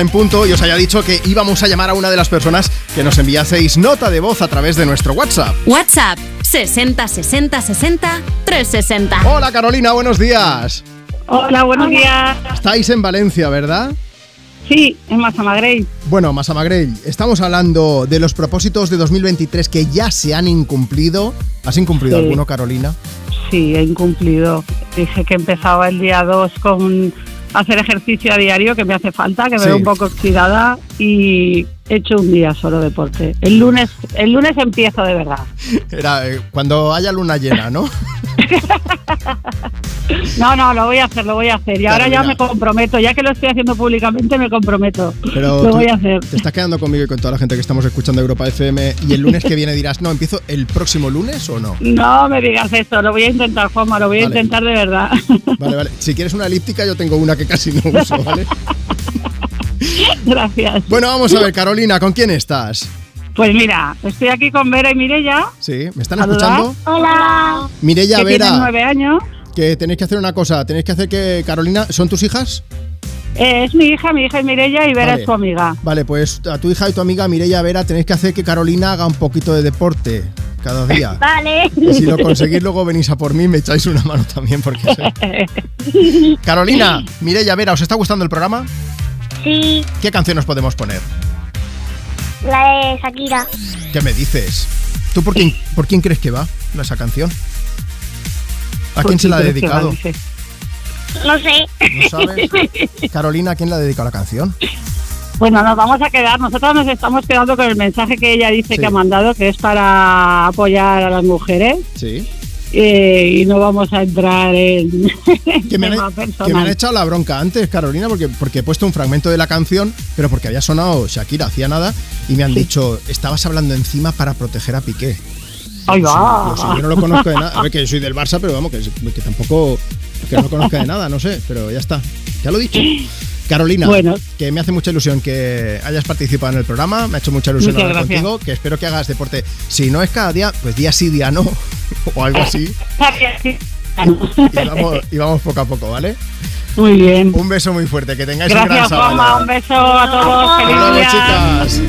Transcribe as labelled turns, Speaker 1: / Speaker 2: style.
Speaker 1: en punto y os haya dicho que íbamos a llamar a una de las personas que nos enviaseis nota de voz a través de nuestro WhatsApp.
Speaker 2: WhatsApp 60 60 60 360.
Speaker 1: Hola Carolina, buenos días.
Speaker 3: Hola, buenos días.
Speaker 1: Estáis en Valencia, ¿verdad?
Speaker 3: Sí, en Mazamagrey.
Speaker 1: Bueno, Masamagrell, estamos hablando de los propósitos de 2023 que ya se han incumplido. ¿Has incumplido
Speaker 3: Sí.
Speaker 1: alguno, Carolina?
Speaker 3: Sí, he incumplido. Dije que empezaba el día 2 con hacer ejercicio a diario, que me hace falta, que me
Speaker 1: Sí.
Speaker 3: veo un poco oxidada y he hecho un día solo deporte.
Speaker 1: Ah.
Speaker 3: El lunes, el lunes empiezo de verdad.
Speaker 1: Era eh, cuando haya luna llena, ¿no?
Speaker 3: No, no, lo voy a hacer, lo voy a hacer. Y ahora ya
Speaker 1: Carolina.
Speaker 3: me comprometo, ya que lo estoy haciendo públicamente, me comprometo.
Speaker 1: Pero
Speaker 3: lo
Speaker 1: tú
Speaker 3: voy a hacer.
Speaker 1: Te estás quedando conmigo y con toda la gente que estamos escuchando Europa FM y el lunes que viene dirás, no, empiezo el próximo lunes o no.
Speaker 3: No me digas esto, lo voy a intentar, Juanma, lo voy a
Speaker 1: Vale.
Speaker 3: intentar de verdad.
Speaker 1: Vale, vale. Si quieres una elíptica, yo tengo una que casi no uso, ¿vale?
Speaker 3: Gracias.
Speaker 1: Bueno, vamos a ver, Carolina, ¿con quién estás?
Speaker 3: Pues mira, estoy aquí con Vera y Mirella.
Speaker 1: Sí, ¿me están
Speaker 3: Saludad.
Speaker 1: escuchando?
Speaker 4: Hola.
Speaker 1: Mireia,
Speaker 3: que tienen
Speaker 1: Vera,
Speaker 3: nueve años.
Speaker 1: que tenéis que hacer una cosa, tenéis que hacer que Carolina, ¿son tus hijas?
Speaker 3: Eh, es mi hija, mi hija es Mirella y Vera
Speaker 1: Vale.
Speaker 3: es tu amiga.
Speaker 1: Vale, pues a tu hija y tu amiga Mireia Vera tenéis que hacer que Carolina haga un poquito de deporte cada día.
Speaker 4: Vale.
Speaker 1: Y si lo conseguís luego venís a por mí y me echáis una mano también porque soy- Carolina, Mireia Vera, ¿os está gustando el programa?
Speaker 4: Sí,
Speaker 1: ¿Qué canción os podemos poner?
Speaker 4: la de Shakira.
Speaker 1: ¿Qué me dices? ¿Tú por quién, por quién crees que va esa canción? ¿A quién se la ha
Speaker 3: Pues, ¿qué
Speaker 1: dedicado?
Speaker 3: más dice?
Speaker 4: No sé.
Speaker 1: ¿No sabes? Carolina, ¿a quién le ha dedicado la canción?
Speaker 3: Bueno, nos vamos a quedar. Nosotros nos estamos quedando con el mensaje que ella dice
Speaker 1: Sí.
Speaker 3: que ha mandado, que es para apoyar a las mujeres.
Speaker 1: Sí.
Speaker 3: eh, y no vamos a entrar en
Speaker 1: Que me, han, e-,
Speaker 3: tema
Speaker 1: que me han
Speaker 3: personal.
Speaker 1: echado la bronca antes, Carolina, porque, porque he puesto un fragmento de la canción, pero porque había sonado Shakira, hacía nada, y me han dicho, estabas hablando encima para proteger a Piqué.
Speaker 3: Ahí
Speaker 1: Yo,
Speaker 3: va.
Speaker 1: sí, yo no lo conozco de nada. A ver, que yo soy del Barça, pero vamos, que, que tampoco que no conozca de nada, no sé, pero ya está. Ya lo he dicho. Carolina,
Speaker 3: Bueno.
Speaker 1: que me hace mucha ilusión que hayas participado en el programa, me ha hecho mucha ilusión
Speaker 3: Muchas
Speaker 1: hablar
Speaker 3: gracias.
Speaker 1: contigo, que espero que hagas deporte. Si no es cada día, pues día sí, día no, o algo así, y vamos, y vamos poco a poco, ¿vale?
Speaker 3: Muy bien.
Speaker 1: Un beso muy fuerte, que tengáis un gran
Speaker 3: Gracias,
Speaker 1: sábado.
Speaker 3: Juanma. Un beso a todos.
Speaker 1: Hasta
Speaker 3: Feliz
Speaker 1: luego,
Speaker 3: día.
Speaker 1: chicas.